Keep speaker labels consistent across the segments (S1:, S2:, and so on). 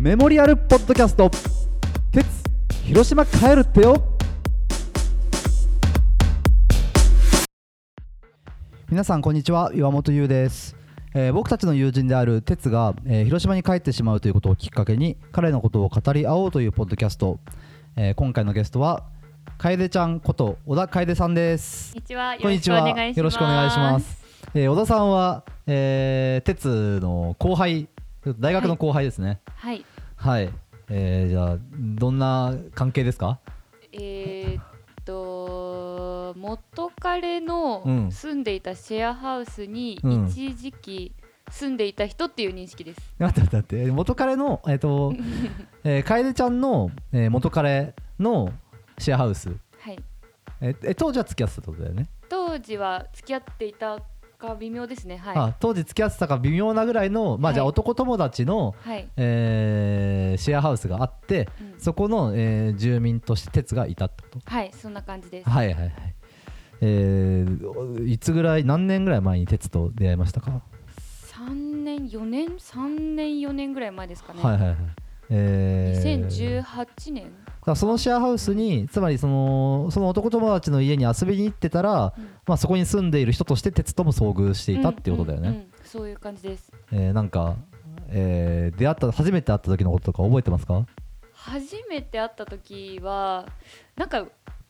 S1: メモリアルポッドキャスト鉄広島帰るってよ皆さんこんにちは岩本優です、えー僕たちの友人である鉄が、えー広島に帰ってしまうということをきっかけに彼のことを語り合おうというポッドキャスト、えー今回のゲストは楓ちゃんこと小田楓さんです
S2: こんにちは。
S1: こんにちは。よろしくお願いします。。えー小田さんは、えー、鉄の後輩、大学の後輩ですね。
S2: はい。
S1: はい。えーじゃあどんな関係ですか？
S2: えーっと元彼
S1: う
S2: の
S1: ん
S2: 住んでいたシェアハウスに
S1: うん
S2: 一時期住んでいた人っていう認識です。
S1: 待って待って待って。元彼のえっ、と、 えー、楓ちゃんの、えー元彼のシェアハウス。
S2: はい。
S1: えーえ当時は付き合ってたってことだよね。
S2: 当時は付き合っていたか微妙ですね。は
S1: あ当時付き合ってたか微妙なぐらいのまあ、じゃあ
S2: はい
S1: 男友達の。
S2: い。はい。
S1: えーシェアハウスがあって、
S2: うん
S1: そこの、えー住民として鉄がいたってこと
S2: はい。そんな感じです。
S1: はいはいはい。えー、いつぐらい何年ぐらい前に鉄と出会いましたか。
S2: 三年四年三年四年ぐらい前ですかね。
S1: はいはいはい。えー、
S2: 2018年、
S1: だからそのシェアハウスにつまりそのその男友達の家に遊びに行ってたら、
S2: うん
S1: まあそこに住んでいる人として鉄とも遭遇していたっていうことだよ
S2: うんう
S1: ね。
S2: んうんそういう感じです。
S1: えーなんか、えー、出会った初めて会った時のこととか覚えてますか。
S2: 初めて会った時はなんか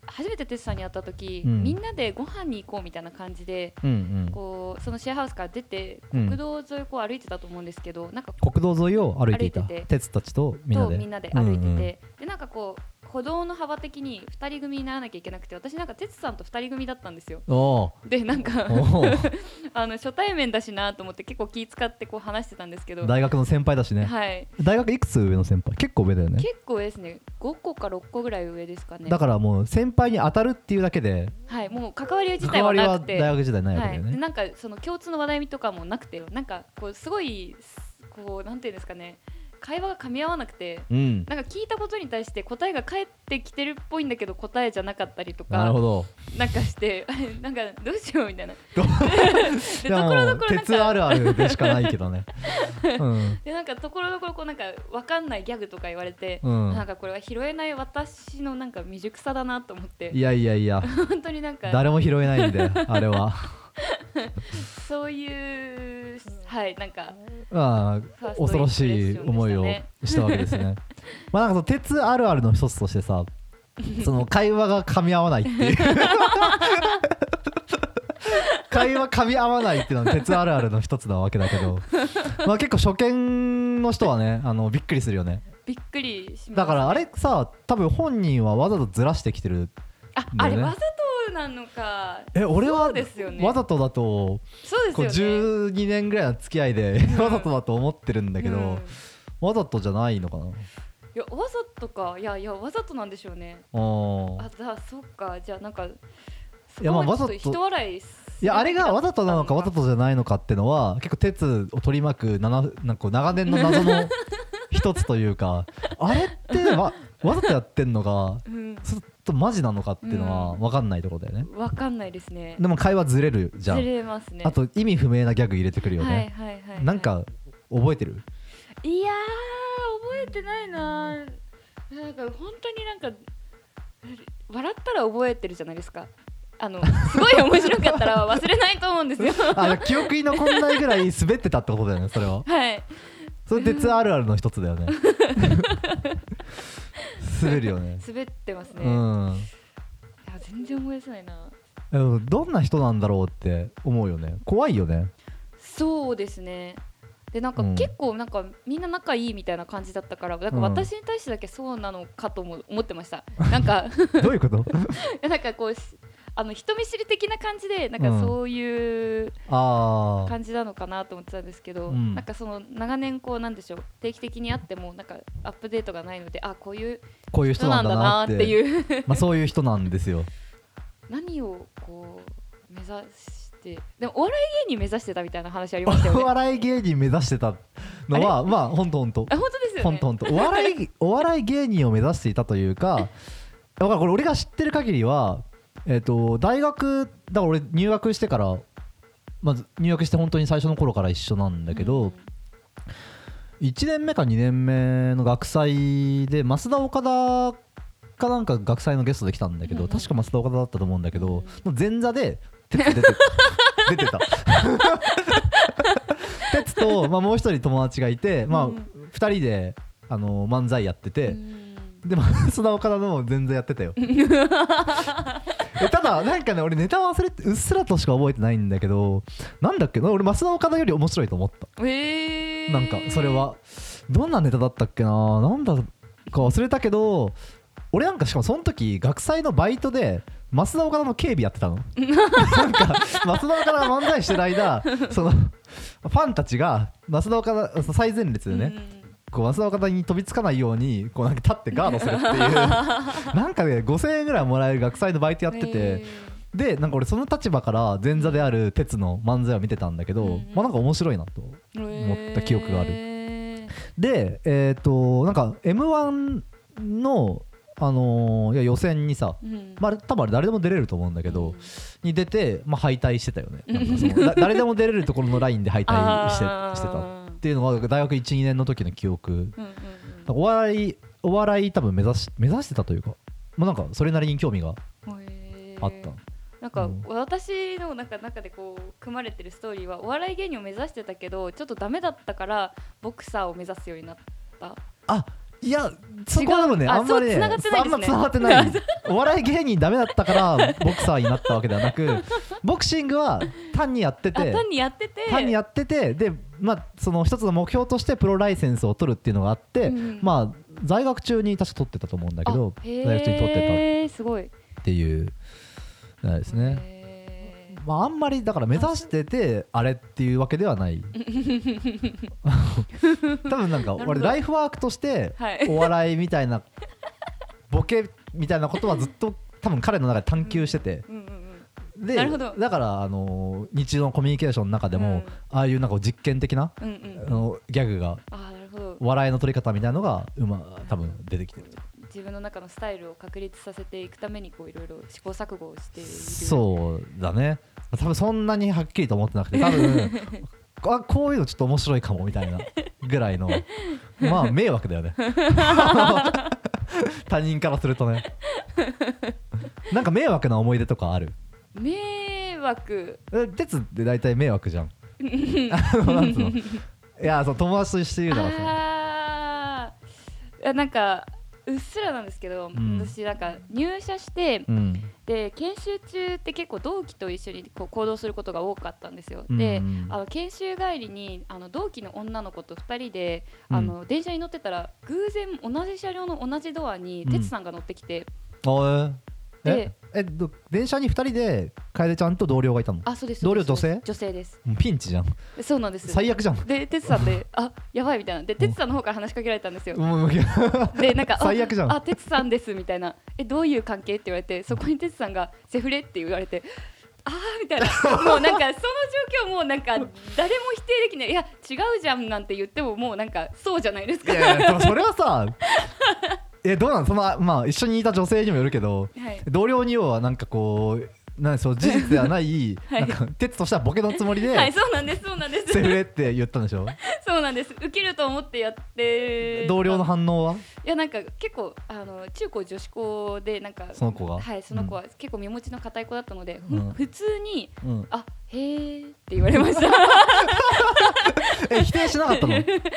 S2: 初めてテスさんに会った時、
S1: うん
S2: みんなでご飯に行こうみたいな感じで
S1: うんうん。
S2: こうそのシェアハウスから出て
S1: うん
S2: 国道沿いこう歩いてたと思うんですけど、なんか
S1: 国道沿いを歩いていた
S2: 歩いてて
S1: 鉄たちとみんな
S2: と
S1: で。
S2: みんなで歩いてて、
S1: うんうん
S2: でなんかこう歩道の幅的に2人組にならなきゃいけなくて私なんか哲さんと2人組だったんですよ。
S1: おー
S2: でなんか
S1: おー
S2: あの初対面だしなと思って結構気使ってこう話してたんですけど、
S1: 大学の先輩だしね。
S2: はい、
S1: 大学いくつ上の先輩結構上だよね。
S2: 結構ですね5個か6個ぐらい上ですかね
S1: だ。からもう先輩に当たるっていうだけで
S2: はい、もう関わり自体
S1: 関わ
S2: は
S1: り
S2: な
S1: は
S2: く
S1: 大
S2: て
S1: 学時代ないわけ
S2: は
S1: だ
S2: い、
S1: よ
S2: で
S1: ね。
S2: なんかその共通の話題とかもなくてなんかこうすごいすこうなんていうんですかね会話が噛み合わなくて
S1: うん。
S2: なんか聞いたことに対して答えが返ってきてるっぽいんだけど答えじゃなかったりと
S1: なる
S2: か
S1: ほど。
S2: なんかして あれなんかどうしようみたいな。
S1: ど
S2: でところどころなん
S1: 鉄あ
S2: か
S1: るあるでしかないけど ね。うん。
S2: でなんかところどころこうなんかわかんないギャグとか言われて、
S1: うん
S2: なんかこれは拾えない私のなんか未熟さだなと思って
S1: いやいやいや、
S2: 本当になんか
S1: 誰も拾えないんで、あれは。
S2: そういうはいなんか
S1: ま
S2: ファ
S1: あ
S2: ース、ト
S1: 恐ろし
S2: イン
S1: い
S2: プレッションでしたね
S1: 思いをしたわけですね。 まあ、なんかその鉄あるあるの一つとして さ、その会話が噛み合わないっていう。会話噛み合わないっていうのは鉄あるあるの一つなわけだけど、まあ結構初見の人はね、あのびっくりするよね。
S2: びっくりしました
S1: だからあれさ多分本人はわざとずらしてきてる
S2: あ、
S1: だ
S2: あ
S1: よね
S2: れわざとなのか。
S1: え俺は
S2: そうですよね
S1: わざとだと
S2: そうです
S1: こう
S2: よね。
S1: 12年ぐらいの付き合いでわざとだと思ってるんだけど、
S2: うんい
S1: わざとじゃないのかな
S2: やわざとかいやいやわざとなんでしょうね。
S1: あー
S2: あだそうかじゃあなんか。
S1: いやまあ
S2: そ
S1: わざ
S2: こはちょっ
S1: と
S2: 人笑いする
S1: いやあれがわざとなのかわざ
S2: だっ
S1: とじゃないのかってのは結構鉄を取り巻くなななんか長年の謎 の一つというかあれってわわざとやってんのか
S2: たのか。
S1: ちょっとマジなのかっていうのは
S2: うん
S1: 分かんないところだよね、
S2: うん。わかんないですね。
S1: でも会話ずれるじゃ
S2: ず
S1: ん
S2: れますね。
S1: あと意味不明なギャグ入れてくるよね、
S2: はいはいはい、はい。
S1: なん。か覚えてる
S2: いやー覚えてないな。なんか本当になんか笑ったら覚えてるじゃないですか。あのすごい面白かったら忘れないと思うんです よ。
S1: あじゃあ記憶に残んないぐらい滑ってたってことだよねそれは
S2: はい。
S1: それ鉄あるあるの一つだ よね滑るよね
S2: 滑ってますね、
S1: う
S2: い
S1: ん
S2: や全然思い出せないな
S1: でもどんな人なんだろうって思うよね怖いよね
S2: そうですねでなんか
S1: うん
S2: 結構なんかみんな仲いいみたいな感じだったからなんか
S1: うん
S2: 私に対してだけそうなのかとも思ってました、なんか
S1: どういうこと
S2: なんかこうしあの人見知り的な感じでなんか
S1: うん
S2: そういう
S1: ああ
S2: 感じなのかなと思ってたんですけど、
S1: うん
S2: なんかその長年こうなんでしょう定期的に会ってもなんかアップデートがないのであこういう
S1: こういう人
S2: 人
S1: な
S2: なんん
S1: だ
S2: だ
S1: な
S2: な
S1: っ
S2: ってていう
S1: まあそういう人なんですよ
S2: 何をこう目指してでもお笑い芸人目指してたみたいな話あり
S1: お
S2: ましたよね
S1: 笑い芸人目指してたのはまあほんとほんと
S2: あ本当ですよね。
S1: ほんとほんとお笑 いお笑い芸人を目指していたというかだからこれ俺が知ってる限りは、えっと大学だから俺入学してからまず入学して本当に最初の頃から一緒なんだけど、
S2: うん
S1: 1年目か2年目の学祭で増田岡田かなんか学祭のゲストで来たんだけど、
S2: うんうん
S1: 確か増田岡田だったと思うんだけど、もう前座で鉄出て 出てた鉄と、まあ、もう一人友達がいて、まあ
S2: うん
S1: 2人であの漫才やってて、
S2: うん
S1: でも須田岡田のも全然やって たよえただなんかね俺ネタ忘れてうっすらとしか覚えてないんだけどなんだっけな俺増田岡田より面白いと思った
S2: えー、
S1: なんかそれはどんなネタだったっけななんだか忘れたけど俺なんかしかもその時学祭のバイトで増田岡田の警備やって たのなんか増田岡田が漫才してる間そのファンたちが増田岡田最前列でね、こう増田岡田に飛びつかないようにこうなんか立ってガードするっていう なんかね5000円ぐらいもらえる学祭のバイトやってて、でなんか俺その立場から前座である鉄の漫才を見てたんだけど、
S2: うんうん
S1: まあなんか面白いなと
S2: 思
S1: った記憶がある
S2: え
S1: でえっ、となんか m 1の、あのーいや予選にさ
S2: ーうん
S1: まあ、多分あれ誰でも出れると思うんだけど、
S2: うん
S1: に出て、まあ、敗退してたよねなんかそのだ 誰でも出れるところのラインで敗退して
S2: あー
S1: してたっていうのが大学12年の時の記憶
S2: うんうん
S1: なんかお笑いお笑い多分目指し目指してたというかもうなんかそれなりに興味が
S2: うんへー
S1: あった、
S2: なんか
S1: うん
S2: 私のなんか中でこう組まれてるストーリーはお笑い芸人を目指してたけどちょっとダメだったからボクサーを目指すようになった
S1: あいやそこはでもね
S2: あ
S1: あんまり
S2: そう繋がってない
S1: あ
S2: で
S1: ん
S2: す
S1: ま
S2: ね
S1: つながってない お笑い芸人ダメだったからボクサーになったわけではなくボクシングは単にやって
S2: あ
S1: て
S2: 単にやってて
S1: 単にやっててでまあその一つの目標としてプロライセンスを取るっていうのがあって、
S2: うん
S1: まあ在学中に確か取ってたと思うんだけど
S2: あ
S1: 大学中に取って
S2: へーすごい
S1: たっていうあれですね。
S2: へ
S1: まあ、あんまりだから目指しててあれっていうわけではない 多分なんか
S2: なるほ
S1: 俺
S2: ど
S1: ライフワークとして
S2: はい
S1: お笑いみたいなボケみたいなことはずっと多分彼の中で探求してて
S2: ーうんうんうん
S1: で
S2: なるほど
S1: だからあのー日常のコミュニケーションの中で
S2: う
S1: も
S2: ん
S1: ああいうなんか実験的な
S2: うん
S1: あ
S2: うん
S1: のギャグが
S2: あーなるほど
S1: 笑いの取り方みたいなのがうま多分出てきてる
S2: 自分の中のスタイルを確立させていくためにこういろいろ試行錯誤をしている
S1: そうだね多分そんなにはっきりと思ってなくて多 分あこういうのちょっと面白いかもみたいなぐらい のまあ迷惑だよね他人からするとねなんか迷惑な思い出とかある
S2: 迷惑
S1: え鉄って大体迷惑 じゃんあのなんつうのいやそう友達として言うならさ
S2: あーあなんかうっすらなんですけど、
S1: ん
S2: 私なんか入社して、
S1: うん
S2: で研修中って結構同期と一緒にこう行動することが多かったんですよ。
S1: うん
S2: であの研修帰りにあの同期の女の子と2人であの、電車に乗ってたら偶然同じ車両の同じドアに
S1: うん
S2: 哲さんが乗ってきて、
S1: あええ
S2: で
S1: えど電車に2人で楓ちゃんと同僚がいたの
S2: あそうです
S1: 同僚
S2: そうです
S1: 女性
S2: 女性です
S1: もうピンチじゃん
S2: でそうなんです
S1: 最悪じゃん
S2: で哲さんで「あやばい」みたいなで哲さんの方から話しかけられたんですよ
S1: もういや
S2: でなんか
S1: 最悪じゃん
S2: あ哲さんです」みたいな「えどういう関係?」って言われてそこに哲さんが「セフレ」って言われて。あー みたいなもうなんかその状況もうなんか誰も否定できないいや違うじゃんなんて言ってももうなんかそうじゃないで
S1: い
S2: すか
S1: やいやでもそれはさ えどうなんそのまあ一緒にいた女性にもよるけど、
S2: はい
S1: 同僚に要はなんかこうなんでしょう事実ではない、
S2: は
S1: な
S2: い
S1: んか鉄としてはボケのつもりで、
S2: はいそうなんですそうなんです
S1: セフレって言ったんでしょ、
S2: そうなんです受けると思ってやって
S1: 同僚の反応はい
S2: やなんか結構あの中高女子校でなんか
S1: その子が
S2: はいその子は結構身持ちの固い子だったので、ふ
S1: うん
S2: 普通に
S1: うん
S2: あへーって言われましたい
S1: え否定しなか ったの
S2: やであいや違う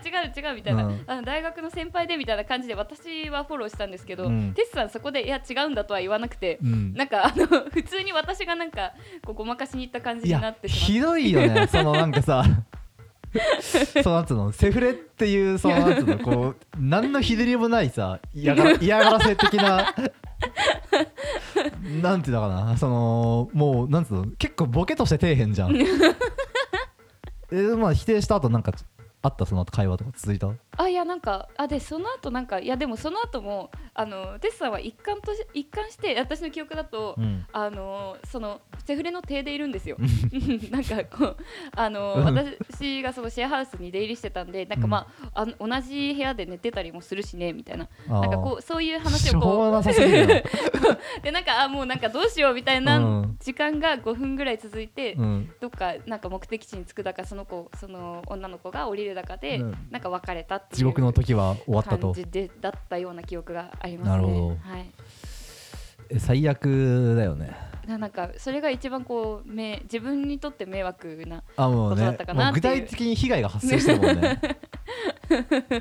S2: 違う違うみたいな、
S1: うん
S2: あの大学の先輩でみたいな感じで私はフォローしたんですけど、
S1: うん
S2: テスさんそこでいや違うんだとは言わなくて、
S1: うん
S2: なんかあの普通に私がなんかこうごまかしに行った感じ
S1: い
S2: になっ
S1: や
S2: てしまっ
S1: ひどいよねそのなんか さそうなんつうのセフレっていうそのなんつうのこう何のひねりもないさ嫌 がら嫌がらせ的ななんていうのかなそのもうなんつうの結構ボケとして底辺 じゃんえまあ否定した後なんかあったその後会話とか続いた
S2: あいやなんかあでその後なんかいやでもその後もあのテスさんは一貫とし一貫して私の記憶だと、
S1: うん
S2: あのそのセフレの手でいるんですよ。 なんかこうあの
S1: うん
S2: 私がそのシェアハウスに出入りしてたんでなんかまあ,、あの同じ部屋で寝てたりもするしねみたいな
S1: あー
S2: なんかこうそういう
S1: し
S2: 話
S1: ょ
S2: を
S1: う
S2: こ
S1: が
S2: う
S1: なさすぎるな
S2: でなんかあもうなんかどうしようみたいうなん時間が5分ぐらい続いて、
S1: うん
S2: どっかなんか目的地に着くだかその子その女の子が降りる秀高で、
S1: うん
S2: なんか別れたっていう
S1: 地獄の時は終わったと
S2: 感じでだったような記憶があります
S1: な
S2: ね
S1: るほど
S2: はい
S1: え最悪だよね
S2: ななんかそれが一番こうめ自分にとって迷惑な
S1: あもう
S2: ことだ
S1: ね
S2: ったか
S1: も
S2: な
S1: う
S2: っ
S1: 具
S2: ていう
S1: 体的に被害が発生してるもん ねえ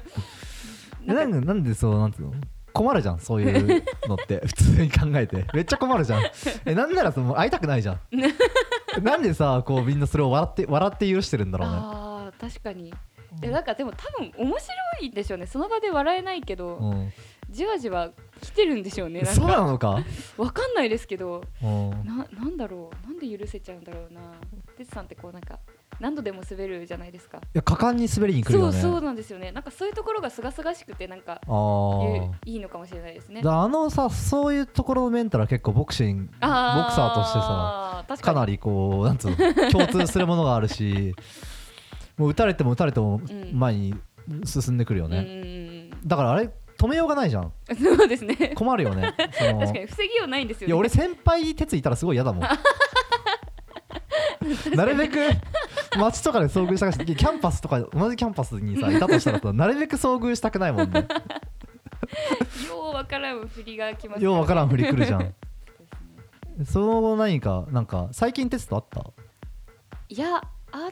S1: なんかなんでそうなんていうの困るじゃんそういうのって 普通に考えてめっちゃ困るじゃんえなんならその会いたくないじゃん なんでさこうみんなそれを笑って笑って許してるんだろうね
S2: あー確かにいやなんかでも多分面白いんでしょうねその場で笑えないけど、
S1: うん
S2: じわじわ来てるんでしょうねなん
S1: そうな
S2: か
S1: のか、
S2: わかんないですけど
S1: うん
S2: ななんだろうなんで許せちゃうんだろうな哲さんってこうなんか何度でも滑るじゃないですか
S1: いや果敢に滑りに来る
S2: そ
S1: よ
S2: う
S1: ね
S2: そうなんですよねなんかそういうところがすがすがしくてなんか
S1: あー
S2: いいいいのかもしれないですね
S1: だからあのさそういうところのメンタルは結構ボクシングボクサーとしてさ
S2: あー確
S1: か
S2: か
S1: なりこうなんつうの共通するものがある しもう打たれても打たれても
S2: うん
S1: 前に進んでくるよ
S2: に
S1: ね、だからあれ止めようがないじゃん
S2: うんうんうんそうですね
S1: 困るよねその
S2: 確かに防ぎようないんですよ
S1: い
S2: ね
S1: や俺先輩に鉄いたらすごい嫌 だもんなるべく街とかで遭遇したかしキャンパスとか同じキャンパスにさいたとしたら さなるべく遭遇したくないもんね
S2: ようわからん振りが来ます
S1: ようわからん振り来るじゃ
S2: そうで
S1: んその後何かなんか最近鉄とあった
S2: すねいや会っ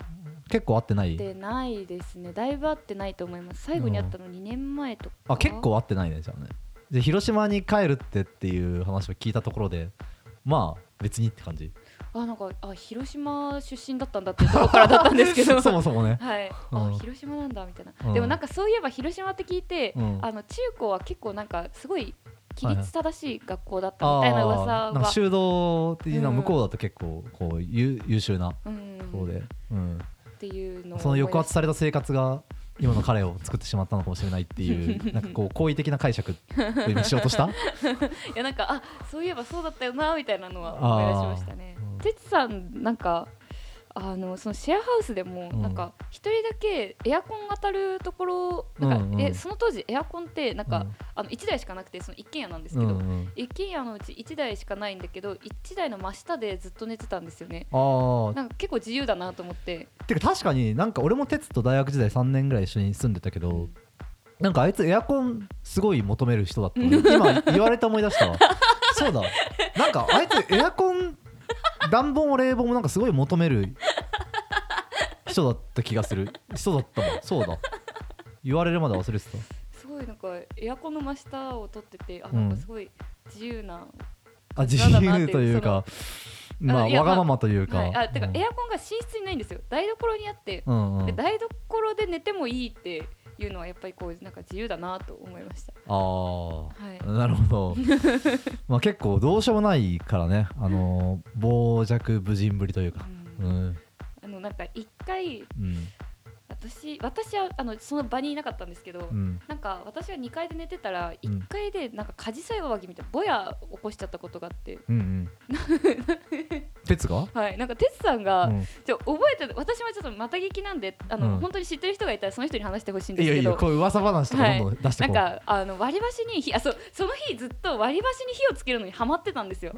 S1: 結構会ってない
S2: てないですねだいぶ会ってないと思います最後に会ったの2年前とか
S1: あ結構会ってないねじゃあねで広島に帰るってっていう話を聞いたところでまあ別にって感じ
S2: あなんかあ広島出身だったんだっていうところからだったんですけ ど
S1: そもそもね
S2: はい、
S1: うん
S2: あ広島なんだみたいな、
S1: うん
S2: でもなんかそういえば広島って聞いて、
S1: うん
S2: あの中高は結構なんかすごい規律正しい学校だったみたいな噂
S1: あーなんか
S2: は、
S1: 修道っていうのは
S2: うん
S1: 向こうだと結構こう優優秀な
S2: うん、
S1: 方で、うん、
S2: っていうのを
S1: その抑圧
S2: さ
S1: された生活が今の彼を作ってしまったのかもしれないっていう なんかこう好意的な解釈を今しようとした
S2: いやなんかあそういえばそうだったよなみたいなのは思い出しましたね
S1: あーうん。
S2: てつさんなんかあのそのシェアハウスでも
S1: うん
S2: なんか一人だけエアコン当たるところなんか、
S1: うんうん
S2: えその当時エアコンってなんか、
S1: うん
S2: あの1台しかなくてその一軒家なんです
S1: う
S2: け
S1: ん
S2: ど、
S1: うん
S2: 一軒家のうち1台しかないんだけど1台の真下でずっと寝てたんですよね
S1: あ
S2: なんか結構自由だなと思って
S1: あてか確かになんか俺も哲と大学時代3年ぐらい一緒に住んでたけど、なんかあいつエアコンすごい求める人だったね今言われて思い出 したわそうだなんかあいつエアコン暖房も冷房もなんかすごい求める人だった気がする人だったもんそうだ言われるまで忘れてた
S2: すごいなんかエアコンの真下を撮っててあ
S1: うん
S2: なんかすごい自由な、
S1: あ自
S2: なんだなっ
S1: 由
S2: て
S1: というか
S2: の
S1: まあ
S2: あいや
S1: わがままというか、
S2: はい、あてか
S1: うん
S2: エアコンが寝室にないんですよ台所にあって、
S1: うんうん
S2: で台所で寝てもいいっていうのはやっぱりこうなんか自由だなと思いました
S1: ああ、
S2: はい
S1: なる ほどまあ結構どうしようもないからねあの傍若無人ぶりというか
S2: う
S1: うんん
S2: あのなんか一回
S1: うん
S2: 私私はあのその場にいなかったんですけど、
S1: うん
S2: なんか私は2階で寝てたら
S1: うん
S2: 1階でなんか火事騒ぎみたいなぼや起こしちゃったことがあって、
S1: うんうん。鉄が？
S2: はい、なんか哲さんが、
S1: うん
S2: ちょ覚えて私はちょっとまた聞きなんであの、
S1: うん
S2: 本当に知ってる人がいたらその人に話してほしいんで
S1: い
S2: す
S1: や
S2: け
S1: いや、
S2: ど
S1: こういう噂話とかどんどん出して
S2: なん
S1: こう。
S2: かあの割り箸に火あそうその日ずっと割り箸に火をつけるのにハマってたんで すよ。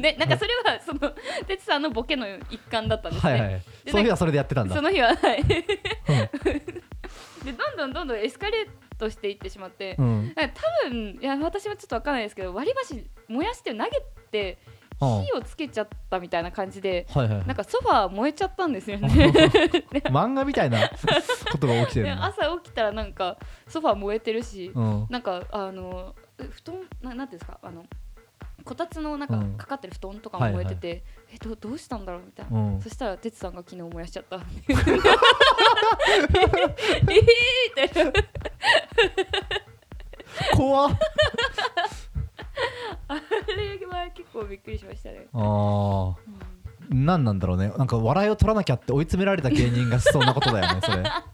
S2: でなんかそれはその哲さんのボケの一環だったんですね。
S1: はいはい。
S2: で
S1: その日はそれでやってたんだ。
S2: その日ははい。
S1: う
S2: でどんどんどんどんエスカレートしていってしまって、
S1: んうん。
S2: なんか多分いや私はちょっとわかんないですけど割り箸燃やして投げて
S1: うん
S2: 火をつけちゃったみたいな感じで。
S1: はいはい。
S2: な んかソファー燃えちゃったんですよね
S1: 漫画みたいなことが起きてる
S2: で
S1: ね。
S2: 朝起きたらなんかソファー燃えてるし、
S1: うん。
S2: なんかあの布団ななんていうんですかあのこたつのなん
S1: う
S2: か
S1: ん
S2: かかってる布団とかも燃えてて、えどうどうしたんだろうみたいな、
S1: うん
S2: そしたら哲さんが昨日燃やしちゃったえーみたいな
S1: 怖っ。
S2: あれは結構びっくりしましたね、
S1: ああ。
S2: うん
S1: なんなんだろうね。なんか笑いを取らなきゃって追い詰められた芸人がしそうなことだよね。 それ。あ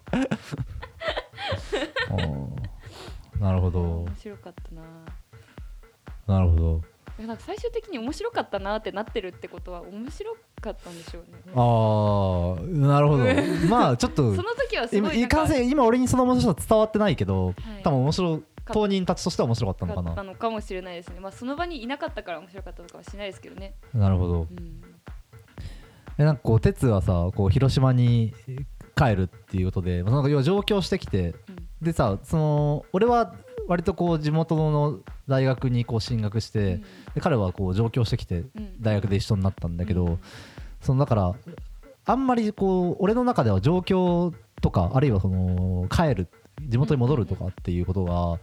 S1: ーなるほど
S2: 面。白かったな
S1: なるほど。
S2: いやなんか最終的に面白かったなってなってるってことは面白かったんでしょうね
S1: ああ。なるほど。まあちょっと
S2: そ。の時はすご
S1: 今
S2: いないんか
S1: かんせん今俺にその面白さ伝わってないけど、
S2: はい
S1: 多分面白い当人たちとしては面白かったの
S2: か
S1: か
S2: っ
S1: な
S2: たのかもしれないですねまあその場にいなかったから面白かったのかもしれないですけどね
S1: なるほど
S2: うん
S1: えなんかこう哲はさこう広島にえ帰るっていうことで、まあ、なんか要は上京してきて
S2: うん
S1: でさその俺は割とこう地元の大学にこう進学して、で彼はこう上京してきて
S2: うん
S1: 大学で一緒になったんだけど、そのだからあんまりこう俺の中では上京とかあるいはその帰る地元に戻るとかっていうことが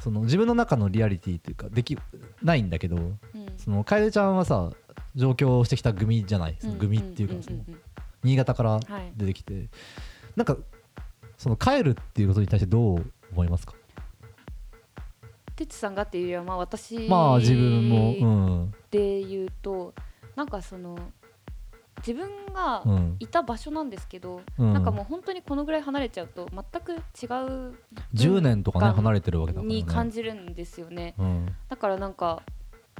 S1: その自分の中のリアリティっていうかできないんだけど
S2: うん
S1: その楓ちゃんはさ上京してきた組じゃないその組っていうか
S2: んん
S1: その
S2: んん
S1: 新潟から
S2: はい
S1: 出てきて、なんかその帰るっていうことに対してどう思いますか、
S2: てつさんがっていうよりはまあ私
S1: まあ自分も
S2: で言うとなんかその自分が
S1: うんうん
S2: いた場所なんですけど、
S1: うん
S2: なんかもう本当にこのぐらい離れちゃうと全く違う
S1: 10年とかね
S2: 文化
S1: 離れてるわけだから、ね、
S2: に感じるんですよね
S1: うん
S2: だからなんか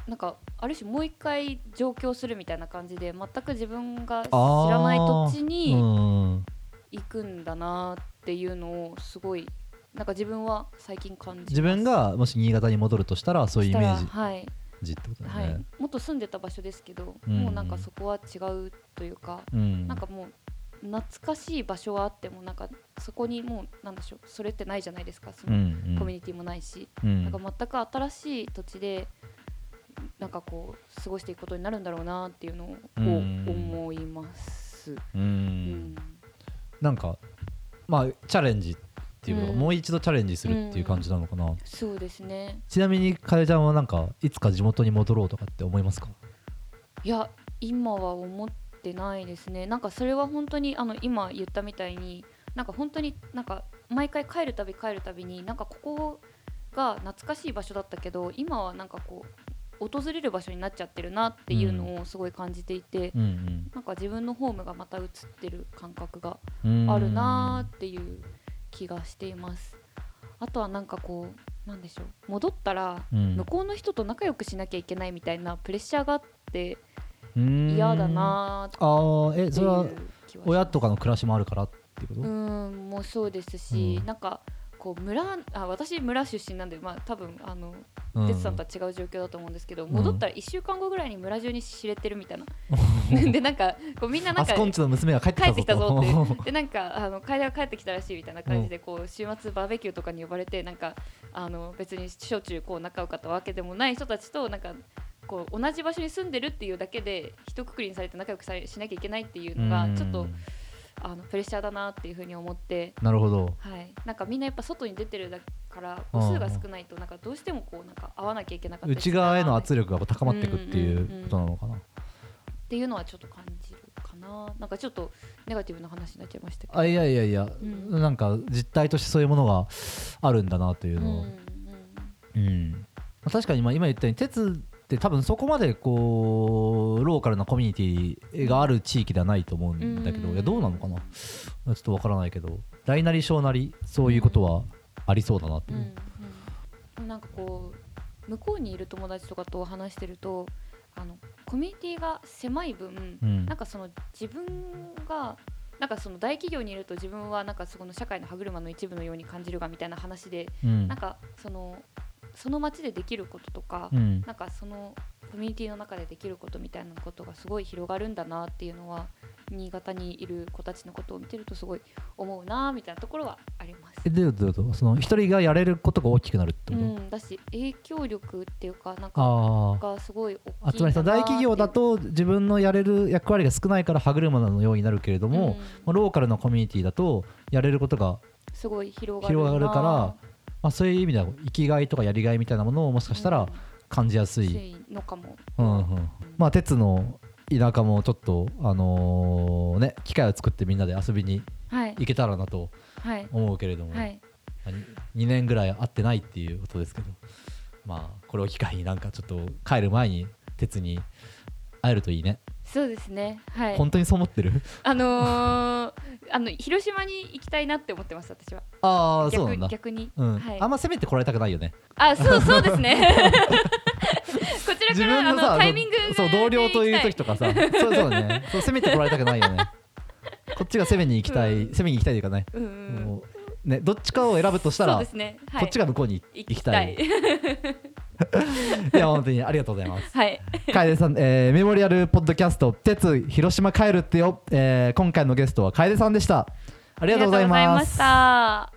S2: なんかある種もう一回上京するみたいな感じで全く自分が知らない土地
S1: う
S2: に
S1: ん
S2: 行くんだなっていうのをすごいなんか自分は最近感じます
S1: 自分がもし新潟に戻るとしたらそういうイ
S2: した
S1: メ
S2: ら
S1: ー
S2: はい、
S1: ジってことだよ
S2: は
S1: ね、
S2: い、もっと住んでた場所ですけど、
S1: うん
S2: もうなんかそこは違うというか、
S1: うん
S2: なんかもう懐かしい場所はあってもなんかそこにもうなんでしょうそれってないじゃないですかそ
S1: うん
S2: の
S1: うん
S2: コミュニティもないし、
S1: うん
S2: なんか全く新しい土地でなんかこう過ごしていくことになるんだろうなっていうのを
S1: うん
S2: 思います。
S1: うん
S2: うん
S1: なんかまあチャレンジっていうか、
S2: うん
S1: もう一度チャレンジするっていう感じなのかな、
S2: そうですね
S1: ちなみにかよちゃんはなんかいつか地元に戻ろうとかって思いますか
S2: いや今は思ってないですねなんかそれは本当にあの今言ったみたいになんか本当になんか毎回帰るたび帰るたびになんかここが懐かしい場所だったけど今はなんかこう訪れる場所になっちゃってるなっていうのをすごい感じていて、
S1: うん
S2: なんか自分のホームがまた映ってる感覚が
S1: うん
S2: あるなーっていう気がしています。あとはなんかこうなんでしょう戻ったら
S1: うん
S2: 向こうの人と仲良くしなきゃいけないみたいなプレッシャーがあって
S1: うん
S2: 嫌だなーっ
S1: ああえ
S2: て
S1: それはい親と
S2: か
S1: かの暮らしもあるからってこと、
S2: ううんもうそうですし、
S1: うん
S2: なんかこう村あ私村出身なんでまあ多分あの
S1: うん
S2: 哲さんとは違う状況だと思うんですけど、戻ったら1週間後ぐらいに村中に知れてるみ たいな、でなんかこうみんななん
S1: あ
S2: か
S1: そこんちの娘が帰ってき
S2: 帰
S1: た
S2: っ
S1: ぞ
S2: てきたぞ
S1: と
S2: って でなんかあの楓が帰ってきたらしいみたいな感じでこう週末バーベキューとかに呼ばれてなんかあの別に小中こう仲良かったわけでもない人たちとなんかこう同じ場所に住んでるっていうだけで一括りにされて仲良くされしなきゃいけないっていうのが
S1: うん
S2: ちょっとあのプレッシャーだなっていうふうに思って。
S1: なるほど
S2: はい、なんかみんなやっぱ外に出てるだから個数が少ないとなんかどうしてもこうなんか会わなきゃいけなかったり
S1: 内側への
S2: 力
S1: 圧力がこう高まっていくってい
S2: んうんうん
S1: う
S2: うん
S1: ことなのかな、
S2: っていうのはちょっと感じるかななんかちょっとネガティブな話になっちゃいましたけど
S1: あいやいやいや、
S2: ん
S1: なんか実態としてそういうものがあるんだなという
S2: うん
S1: のを、う
S2: うん
S1: ん確かにまあ今言ったように鉄って多分そこまでこうローカルなコミュニティがある地域ではないと思うんだけど、
S2: うん
S1: いやどうなのかなちょっとわからないけど大なり小なりそういうことはありそうだなって
S2: う
S1: い
S2: ん
S1: う、
S2: うん、なんかこう向こうにいる友達とかと話してるとあのコミュニティが狭い分、
S1: うん
S2: なんかその自分がなんかその大企業にいると自分はなんかそこの社会の歯車の一部のように感じるがみたいな話で、
S1: うん
S2: なんかそのその町でできることとか、
S1: うん
S2: なんかそのコミュニティの中でできることみたいなことがすごい広がるんだなっていうのは新潟にいる子たちのことを見てるとすごい思うなみたいなところはあります
S1: え。どういうことどういうことその一人がやれることが大きくなるって
S2: う
S1: こと、
S2: ん、だし影響力っていうかなんか
S1: ああ
S2: がすごい大きい
S1: あつまりその大企業だと自分のやれる役割が少ないから歯車のようになるけれども、
S2: うん
S1: まあローカルのコミュニティだとやれることが、
S2: すごい広がる
S1: 広がるからまあ、そういう意味では生きがいとかやりがいみたいなものをもしかしたら感じやす
S2: つ
S1: い、
S2: いのかも、
S1: うんうんまあ、鉄の田舎もちょっと、あのーね、機会を作ってみんなで遊びに
S2: はい
S1: 行けたらなと
S2: はい
S1: 思うけれども、
S2: はい
S1: 2年ぐらい会ってないっていうことですけどまあこれを機会になんかちょっと帰る前に鉄に会えるといいね、
S2: そうですねはい
S1: 本当にそう思ってる
S2: あのー、 あの広島に行きたいなって思ってます私は
S1: ああそうな
S2: 逆
S1: んだ
S2: 逆に、
S1: うん
S2: はい
S1: あんま攻めてこられたくないよね
S2: あそうそうですね こちら
S1: 自
S2: からあ
S1: 分の
S2: の
S1: さ
S2: タイミング
S1: そう同僚という
S2: で行
S1: 時
S2: き
S1: とかさそうそうだねそう攻めてこられたくないよねこっちが攻めに行きたい、
S2: うん
S1: 攻めに行きたいというかね,、
S2: たいうんうんうん
S1: もうねどっちかを選ぶとしたら、
S2: そうですね、はい、
S1: こっちが向こうに行きたい
S2: 行きた い
S1: いや本当にありがとうございます
S2: はい
S1: 楓さん、えーメモリアルポッドキャスト「鉄広島帰るってよ」えー今回のゲストは楓さんでしたありがとうございます
S2: ありがとうございました